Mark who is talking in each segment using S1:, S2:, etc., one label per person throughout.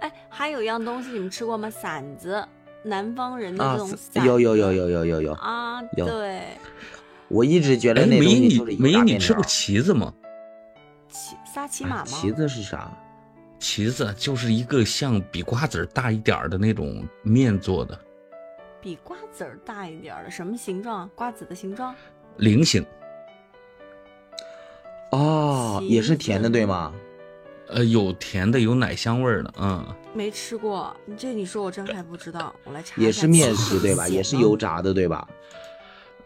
S1: 哎，还有一样东西你们吃过吗？馓子，南方人的
S2: 啊
S1: 这种，馓。
S2: 有有有有有有有，
S1: 啊，
S2: 有
S1: 对，
S2: 我一直觉得
S3: 哎，
S2: 那
S3: 梅
S2: 东西
S3: 姨你
S2: 就是一个
S3: 梅姨
S2: 大
S3: 你
S2: 面
S3: 吃过
S2: 条
S3: 旗子吗？
S1: 骑撒啊骑
S2: 哎
S1: 马吗？
S2: 旗子是啥？
S3: 旗子就是一个像比瓜子儿大一点儿的那种面做的
S1: 比瓜子儿大一点儿的，什么形状？瓜子的形状？
S3: 菱形，
S2: 哦，也是甜
S1: 旗
S2: 的，
S1: 子
S2: 对吗？
S3: 呃，有甜的，有奶香味儿的，嗯，
S1: 没吃过，你这你说我真还不知道，我来查一下。
S2: 也是面食对吧？也是油
S1: 有
S2: 炸的对吧？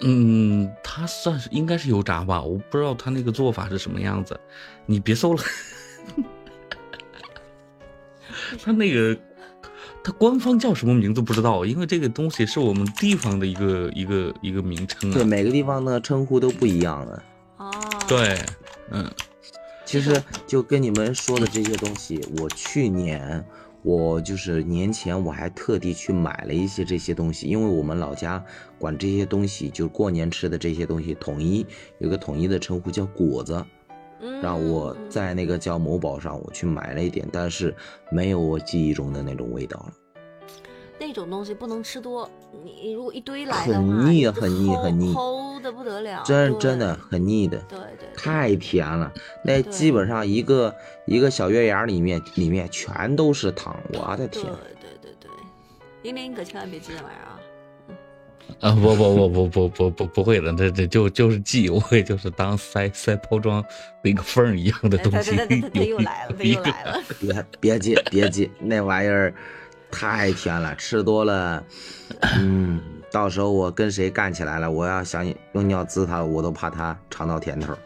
S3: 嗯，它算是应该是油炸吧，我不知道它那个做法是什么样子，你别搜了。 它那个，它官方叫什么名字不知道，因为这个东西是我们地方的一个一个一个名称
S2: 对，
S3: 啊。
S2: 每个地方的称呼都不一样的。
S1: 啊，，
S3: 对，嗯，
S2: 其实就跟你们说的这些东西，我去年我就是年前我还特地去买了一些这些东西，因为我们老家管这些东西就是过年吃的这些东西，统一有个统一的称呼叫果子。
S1: 嗯，
S2: 然后我
S1: 嗯
S2: 在那个叫某宝上我去买了一点，但是没有我记忆中的那种味道了，
S1: 嗯那种东西不能吃多，你你如果一堆来的话，
S2: 很腻
S1: 你就
S2: 很腻
S1: 齁
S2: 很腻
S1: 齁的不得了，
S2: 真
S1: 哦对
S2: 真的，很腻的。
S1: 对对对，
S2: 太甜了，那
S1: 对
S2: 基本上一个一个小月牙里面里面全都是糖，我的
S1: 对
S2: 天！
S1: 对对对，玲玲你可千万别吃那玩意儿啊！
S3: 啊，不不不不不不不不会的，这这就就是记，我也就是当塞塞包装的一个缝儿一样的
S1: 哎，他
S3: 东西。
S1: 他他 他他又来了，他又来了，
S2: 别别介别介，那玩意儿太甜了，吃多了，嗯，到时候我跟谁干起来了，我要想用尿滋他，我都怕他尝到甜头。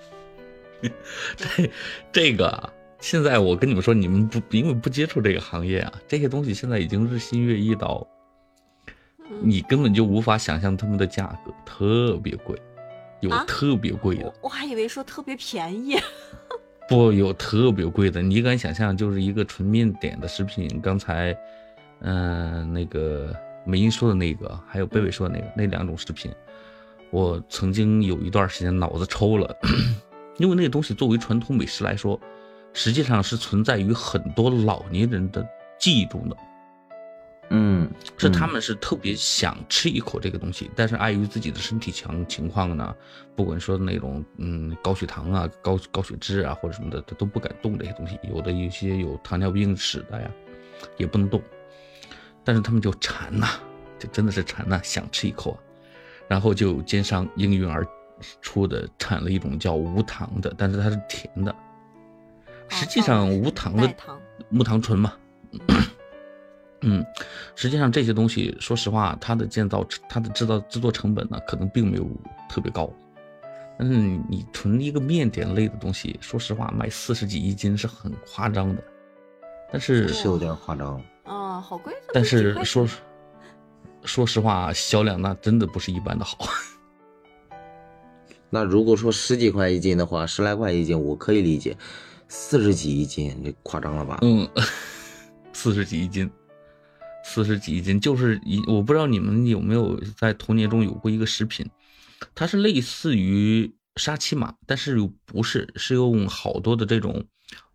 S3: 这个啊现在我跟你们说，你们不因为不接触这个行业啊，这些东西现在已经日新月异到
S1: 嗯
S3: 你根本就无法想象他们的价格，特别贵，有
S1: 啊
S3: 特别贵的，
S1: 我我还以为说特别便宜，
S3: 不有特别贵的，你敢想象就是一个纯面点的食品？刚才，嗯、那个梅英说的那个，还有贝贝说的那个，那两种食品，我曾经有一段时间脑子抽了， 因为那个东西作为传统美食来说，实际上是存在于很多老年人的记忆中的，
S2: 嗯，
S3: 是
S2: 嗯
S3: 他们是特别想吃一口这个东西，但是碍于自己的身体强情况呢，不管说那种嗯高血糖啊、高高血脂啊或者什么的，他都不敢动这些东西。有的有些有糖尿病史的呀，也不能动，但是他们就馋呐、就真的是馋呐、想吃一口啊。然后就有奸商应运而出的产了一种叫无糖的，但是它是甜的。实际上，无糖的
S1: 哦代糖
S3: 木糖醇嘛， 嗯，实际上这些东西，说实话，它的建造、它的制造、制作成本呢，可能并没有特别高。但是你你纯一个面点类的东西，说实话，卖四十几一斤是很夸张的。但是，
S2: 是有点夸张了。
S1: 啊，好贵，嗯这
S3: 但
S1: 不几
S3: 是
S1: 块
S3: 说
S1: 钱
S3: 说实话，啊销量那真的不是一般的好。
S2: 那如果说十几块一斤的话，十来块一斤我可以理解，四十几一斤这夸张了吧？
S3: 嗯，四十几一斤，四十几一斤，就是一我不知道你们有没有在童年中有过一个食品，它是类似于沙琪玛，但是又不是，是用好多的这种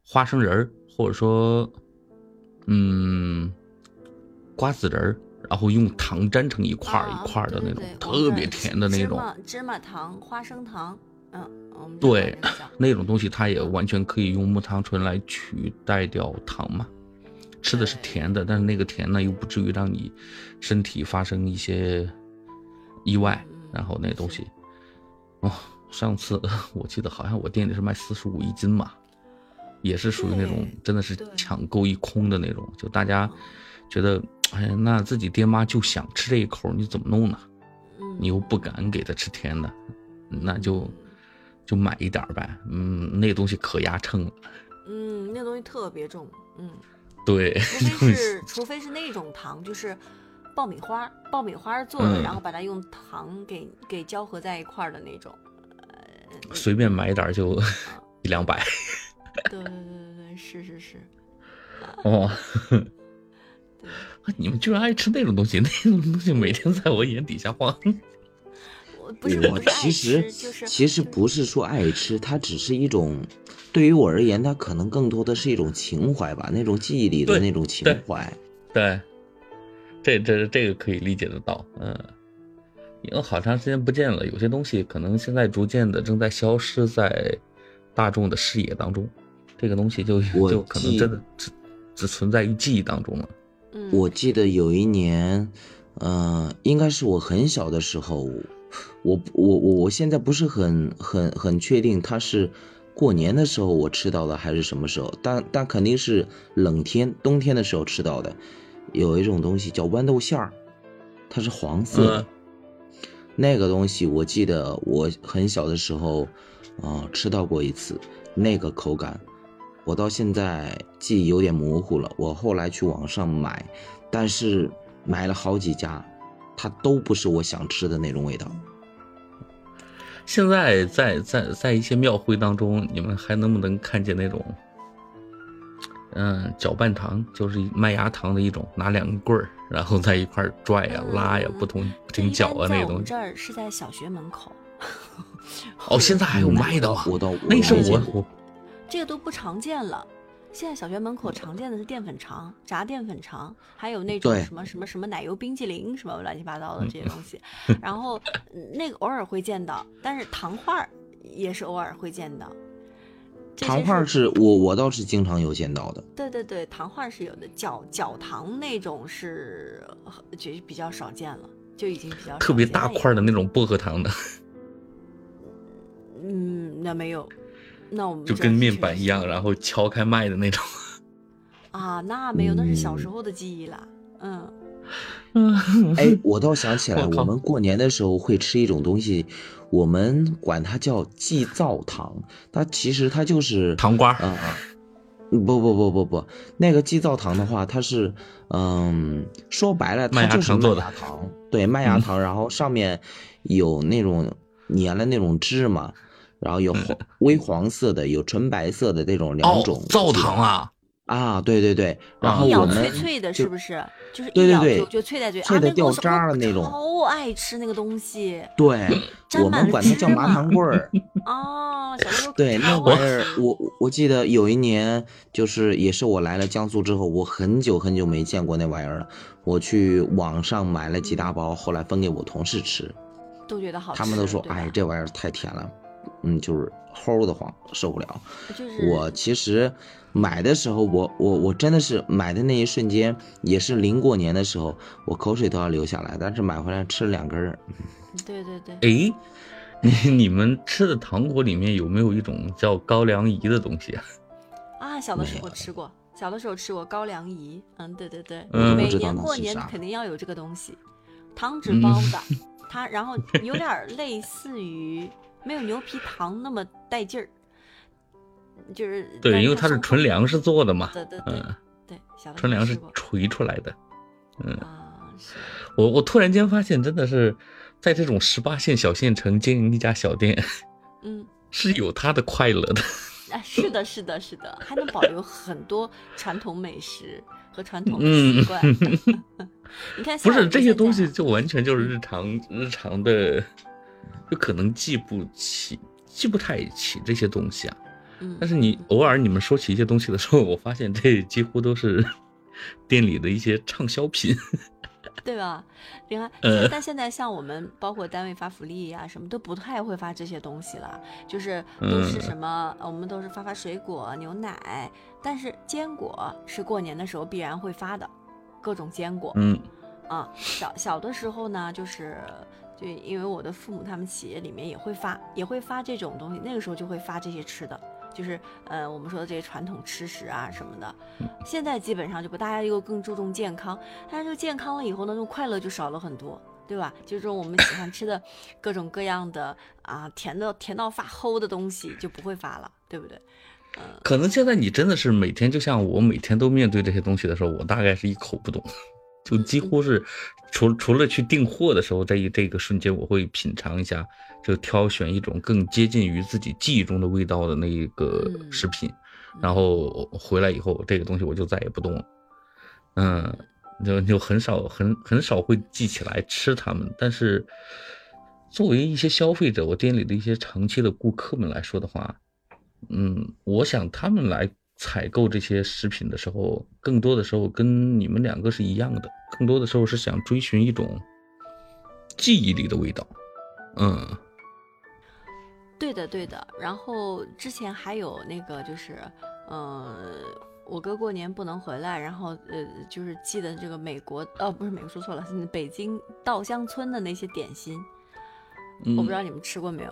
S3: 花生仁儿，或者说，嗯，瓜子仁儿，然后用糖粘成一块儿
S1: 啊
S3: 一块儿的那
S1: 对
S3: 种，
S1: 对对我
S3: 特
S1: 们
S3: 别
S1: 这
S3: 甜的那
S1: 芝
S3: 种。
S1: 麻芝麻糖、花生糖，嗯，我们
S3: 对
S1: 这样讲
S3: 那种东西，它也完全可以用木糖醇来取代掉糖嘛。吃的是
S1: 对
S3: 甜的，但是那个甜呢，又不至于让你身体发生一些意外
S1: 嗯。
S3: 哎然后那东西，哦，上次 我记得好像我店里是卖四十五一斤嘛，也是属于那种
S1: 对
S3: 真的是
S1: 对
S3: 抢购一空的那种，就大家觉得，哎呀，那自己爹妈就想吃这一口，你怎么弄呢？
S1: 嗯，
S3: 你又不敢给他吃甜的，嗯那就就买一点儿呗。嗯，那东西可压秤了。
S1: 嗯，那东西特别重， 嗯，
S3: 对，
S1: 除非是除非是那种糖，就是爆米花，爆米花做的，
S3: 嗯
S1: 然后把它用糖给给交合在一块儿的那种，
S3: 随便买一点儿就一两百
S1: 对对对对对，是是是，
S3: 哦。 啊
S1: 对，
S3: 你们居然爱吃那种东西，那种东西每天在我眼底下晃。
S1: 我不是
S2: 我
S1: 不是爱
S2: 其实
S1: 吃，就是
S2: 其实
S1: 就是
S2: 不是说爱吃，它只是一种对于我而言，它可能更多的是一种情怀吧，那种记忆里的
S3: 对
S2: 那种情
S3: 对
S2: 怀。
S3: 对，这这这个可以理解得到，嗯，因为好长时间不见了，有些东西可能现在逐渐的正在消失在大众的视野当中，这个东西就
S2: 我
S3: 就可能
S2: 记
S3: 真的只只存在于记忆当中了。
S1: 嗯，
S2: 我记得有一年，呃，应该是我很小的时候，我我我我现在不是很很很确定它是过年的时候我吃到的还是什么时候，但但肯定是冷天冬天的时候吃到的。有一种东西叫豌豆馅儿，它是黄色的。
S3: 嗯
S2: 那个东西我记得我很小的时候，啊、吃到过一次，那个口感，我到现在记忆有点模糊了。我后来去网上买，但是买了好几家，它都不是我想吃的那种味道。
S3: 现在在在在一些庙会当中，你们还能不能看见那种，嗯，搅拌糖，就是麦芽糖的一种，拿两根棍儿，然后在一块儿拽呀、
S1: 嗯
S3: 拉呀、
S1: 嗯
S3: 不同不
S1: 这
S3: 停
S1: 一
S3: 搅
S1: 般
S3: 啊
S1: 在
S3: 那
S1: 我
S3: 东
S1: 们
S3: 西
S1: 这。儿是在小学门口。
S3: 哦，现在还有
S2: 嗯
S3: 卖的啊！
S2: 我倒我
S3: 那是
S2: 倒没
S3: 我
S2: 见过
S3: 我
S1: 这个都不常见了。现在小学门口常见的是淀粉肠、炸淀粉肠，还有那种
S2: 对
S1: 什么什么什么奶油冰激凌什么乱七八糟的
S3: 嗯
S1: 这些东 西。然后嗯那个偶尔会见到，但是糖块儿也是偶尔会见到。这些
S2: 糖块儿是我我倒是经常有见到的。
S1: 对对对，糖块儿是有的，角角糖那种是呃就比较少见了，就已经比较少
S3: 特别
S1: 见
S3: 大
S1: 了也
S3: 块儿的那种薄荷糖的，
S1: 嗯，那没有，那我们
S3: 就
S1: 这
S3: 跟
S1: 儿是
S3: 面
S1: 确
S3: 板
S1: 实
S3: 一
S1: 是
S3: 样，
S1: 没
S3: 然
S1: 有
S3: 后敲开卖的那种。
S1: 啊，那没有，那是小
S2: 嗯
S1: 时候的记忆啦。嗯，
S2: 哎，我倒想起来，
S3: 我靠
S2: 我们过年的时候会吃一种东西，我们管它叫祭灶糖，它其实它就是
S3: 糖瓜儿
S2: 啊、不不不不不，那个祭灶糖的话，它是嗯，说白了，
S3: 麦
S2: 它
S3: 芽
S2: 就是
S3: 糖做的嗯
S2: 麦芽糖，对，麦芽糖，然后上面有那种粘了那种汁嘛，然后有黄微黄色的，有纯白色的这种两
S3: 嗯哦
S2: 种，
S3: 灶糖啊，
S2: 啊，对对对，然
S3: 啊
S2: 后
S1: 一
S2: 我
S1: 咬
S2: 们
S1: 脆脆的，
S2: 就是
S1: 不是？就是
S2: 对
S1: 一
S2: 对
S1: 咬
S2: 对
S1: 就就脆在嘴，
S2: 脆
S1: 啊，
S2: 得
S1: 那个
S2: 掉
S1: 东西
S2: 渣儿
S1: 我
S2: 的那种
S1: 超爱吃那个东西
S2: 对，
S1: 沾
S2: 我
S1: 满
S2: 们
S1: 了
S2: 管它叫
S1: 芝
S2: 麻
S1: 麻
S2: 糖 棍儿。
S1: 哦，小时候
S2: 对，那
S1: 超
S2: 玩意
S1: 爱
S2: 儿，
S1: 吃
S2: 我我记得有一年，就是也是我来了江苏之后，我很久很久没见过那玩意儿了。我去网上买了几大包，后来分给我同事吃，
S1: 都觉得好吃，
S2: 他们都说：“
S1: 对
S2: 哎
S1: 吧，
S2: 这玩意儿太甜了，嗯，就是齁的慌，受不了。”
S1: 就是
S2: 我其实买的时候，我我我真的是买的那一瞬间，也是临过年的时候，我口水都要流下来，但是买回来吃了两根儿，
S1: 对对对，
S3: 哎，你 你们吃的糖果里面有没有一种叫高粱饴的东西啊？
S1: 啊，小的时
S2: 没
S1: 候
S2: 有
S1: 吃过，小的时候吃过高粱饴，嗯，对对对，
S3: 嗯
S1: 每
S2: 不知道
S1: 年
S2: 那
S1: 过
S2: 是
S1: 年
S2: 啥
S1: 肯定要有这个东西，糖纸
S3: 嗯
S1: 包的，它然后有点儿类似于没有牛皮糖那么带劲儿，就是但
S3: 对，因为
S1: 它
S3: 它是
S1: 松
S3: 纯
S1: 松
S3: 粮食做的嘛，
S1: 对对对
S3: 嗯，
S1: 对，小的时
S3: 纯
S1: 候
S3: 粮
S1: 吃
S3: 食
S1: 过
S3: 锤出来的。
S1: 啊，是
S3: 我我突然间发现，真的是在这种十八线小县城经营一家小店
S1: 嗯。
S3: 是有它的快乐的。
S1: 啊，是的，是的，是的，还能保留很多传统美食和传统的习
S3: 嗯
S1: 惯。 你看像
S3: 不
S1: 我们现在啊，
S3: 是这些东西就完全就是日常日常的，就可能记不起，记不太起这些东西啊。
S1: 嗯，
S3: 但是你偶尔你们说起一些东西的时候，我发现这几乎都是 店里的一些畅销品。
S1: 对吧？你看，
S3: 呃
S1: 但现在像我们包括单位发福利呀、什么，都不太会发这些东西了，就是都是
S3: 嗯
S1: 什么，呃我们都是发发水果、牛奶，但是坚果是过年的时候必然会发的，各种坚果。
S3: 嗯
S1: 啊，小小的时候呢，就是就因为我的父母他们企业里面也会发，也会发这种东西，那个时候就会发这些吃的，就是呃我们说的这些传统吃食啊什么的。现在基本上就不，大家又更注重健康，但是就健康了以后呢，那种快乐就少了很多。对吧？就是我们喜欢吃的各种各样的啊，甜的甜到发齁的东西就不会发了，对不对？
S3: 可能现在你真的是每天，就像我每天都面对这些东西的时候，我大概是一口不懂， 就几乎是除除了去订货的时候，在一这个瞬间，我会品尝一下，就挑选一种更接近于自己记忆中的味道的那一个
S1: 嗯
S3: 食品，然后回来以后，这个东西我就再也不动了，嗯，就就很少很很少会记起来吃它们，但是作为一些消费者，我店里的一些长期的顾客们来说的话，嗯，我想他们来采购这些食品的时候，更多的时候跟你们两个是一样的，更多的时候是想追寻一种记忆里的味道。嗯，
S1: 对的，对的。然后之前还有那个就是，呃，我哥过年不能回来，然后呃，就是寄的这个美国，哦，不是美国说错了，是北京稻香村的那些点心，
S3: 嗯
S1: 我不知道你们吃过没有？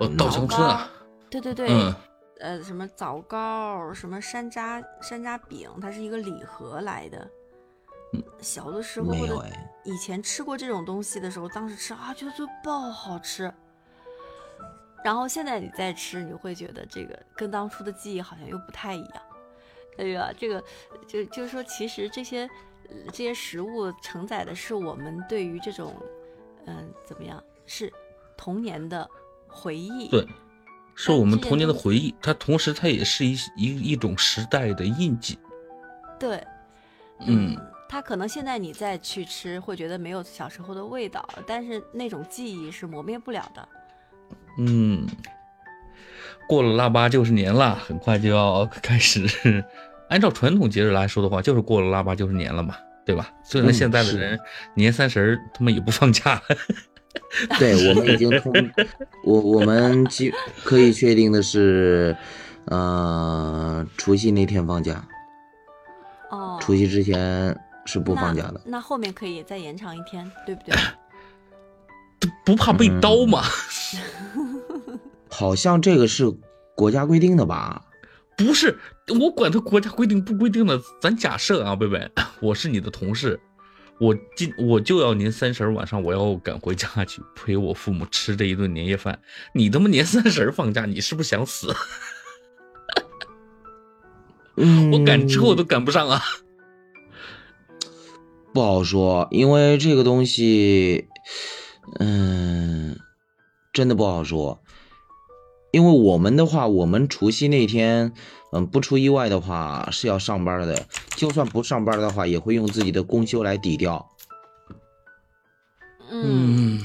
S3: 哦，稻香村啊，
S1: 对对对，
S3: 嗯
S1: 呃，什么枣糕，什么山楂山楂饼，它是一个礼盒来的。小的时候
S2: 嗯没
S1: 或
S2: 有
S1: 者
S2: 哎，
S1: 以前吃过这种东西的时候，当时吃啊，觉得就爆好吃。然后现在你再吃，你会觉得这个跟当初的记忆好像又不太一样。哎呀，这个就就是说，其实这些呃这些食物承载的是我们对于这种，嗯、怎么样，是童年的回忆。
S3: 对，是我们
S1: 这些
S3: 童年的
S1: 东
S3: 回忆。它同时，它也是一一一种时代的印记。
S1: 对，
S3: 嗯，
S1: 它可能现在你再去吃，会觉得没有小时候的味道，但是那种记忆是磨灭不了的。
S3: 嗯，过了腊八就是年了，很快就要开始。按照传统节日来说的话，就是过了腊八就是年了嘛，对吧？虽然
S2: 嗯
S3: 现在的
S2: 是
S3: 人、年三十儿他们也不放假，
S2: 对我们已经通，我我们基可以确定的是，呃，除夕那天放假，
S1: 哦，
S2: 除夕之前是不放假的。
S1: 那。那后面可以再延长一天，对不对？
S3: 不怕被刀嘛？
S2: 好像这个是国家规定的吧？
S3: 不是，我管他国家规定不规定的，咱假设啊，贝贝， 我是你的同事，我今我就要年三十儿晚上我要赶回家去陪我父母吃这一顿年夜饭，你他妈年三十儿放假，你是不是想死？
S2: 嗯，
S3: 我赶车我都赶不上啊！
S2: 不好说，因为这个东西，嗯，真的不好说。因为我们的话，我们除夕那天，嗯，不出意外的话是要上班的，就算不上班的话，也会用自己的公休来抵掉。
S1: 嗯，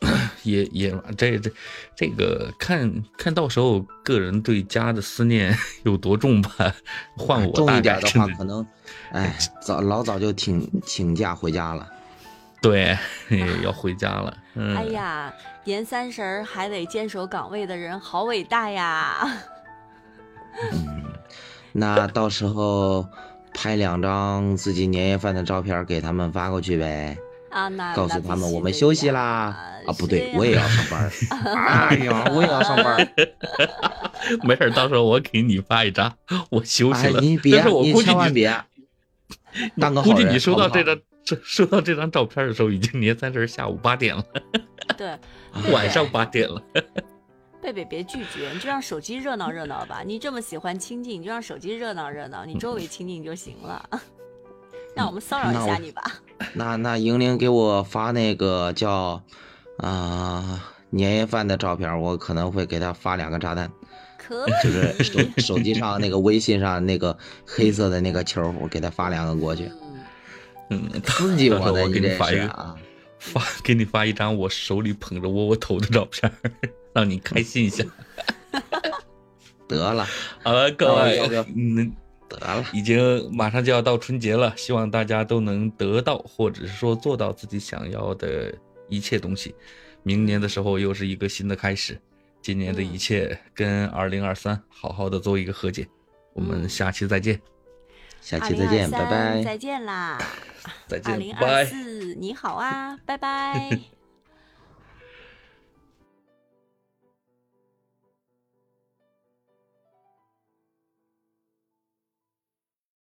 S3: 嗯， 也也这这这个看看到时候个人对家的思念 有多重吧。换我
S2: 重
S3: 大
S2: 一点
S3: 概
S2: 的
S3: 真
S2: 话，可能，哎，早老早就请请假回家了。
S3: 对要回家了。嗯，
S1: 哎呀，年三十儿还得坚守岗位的人好伟大呀！
S2: 那到时候拍两张自己年夜饭的照片给他们发过去呗，
S1: 啊，那
S2: 告诉他们我们休息啦。啊，不对，我也要。上 班儿。
S1: 那
S2: 哎
S1: 必须的呀
S2: 呀，我也要上班 儿。
S3: 没事儿，到时候我给你发一张，我休息
S2: 哎，
S3: 了。
S2: 你别
S3: 但是，我
S2: 你
S3: 估计
S2: 千万
S3: 你，
S2: 别 当个
S3: 估
S2: 好
S3: 计
S2: 人。
S3: 你收
S2: 好不
S3: 到这
S2: 好
S3: 张这收到这张照片的时候，已经年三十下午八点了，
S1: 对，
S3: 晚上八点了。
S1: 贝贝别拒绝，你就让手机热闹热闹吧。你这么喜欢清静，你就让手机热闹热闹，你周围清静就行了。 让我们骚扰一
S2: 嗯那
S1: 下
S2: 我
S1: 你吧。
S2: 那那莹玲给我发那个叫啊、年夜饭的照片儿，我可能会给她发两个炸弹，
S1: 可
S2: 嗯就是手。
S1: 以
S2: 手机上那个微信上那个黑色的那个球儿，我给她发两个过 去，
S1: 嗯，
S3: 嗯，
S2: 刺激
S3: 到时
S2: 我
S3: 候
S2: 的
S3: 我给
S2: 你
S3: 你
S2: 这
S3: 发
S2: 是
S3: 一个
S2: 啊。
S3: 发给你发一张我手里捧着窝窝头的照片儿， 让你开心一下。
S2: 得了，
S3: 好了，各位
S2: 要不要，
S3: 嗯，
S2: 得了，
S3: 已经马上就要到春节了，希望大家都能得到或者是说做到自己想要的一切东西。明年的时候又是一个新的开始，今年的
S1: 嗯
S3: 一切跟二零二三好好的做一个和解。我
S1: 嗯
S3: 们下期再见，
S2: 下
S1: 二
S2: 期
S1: 零
S2: 再
S1: 二
S2: 见，
S1: 三
S2: 拜拜。
S1: 再见啦！
S3: 再见
S1: 二零，
S3: 拜
S1: 二。四，你好啊，拜拜。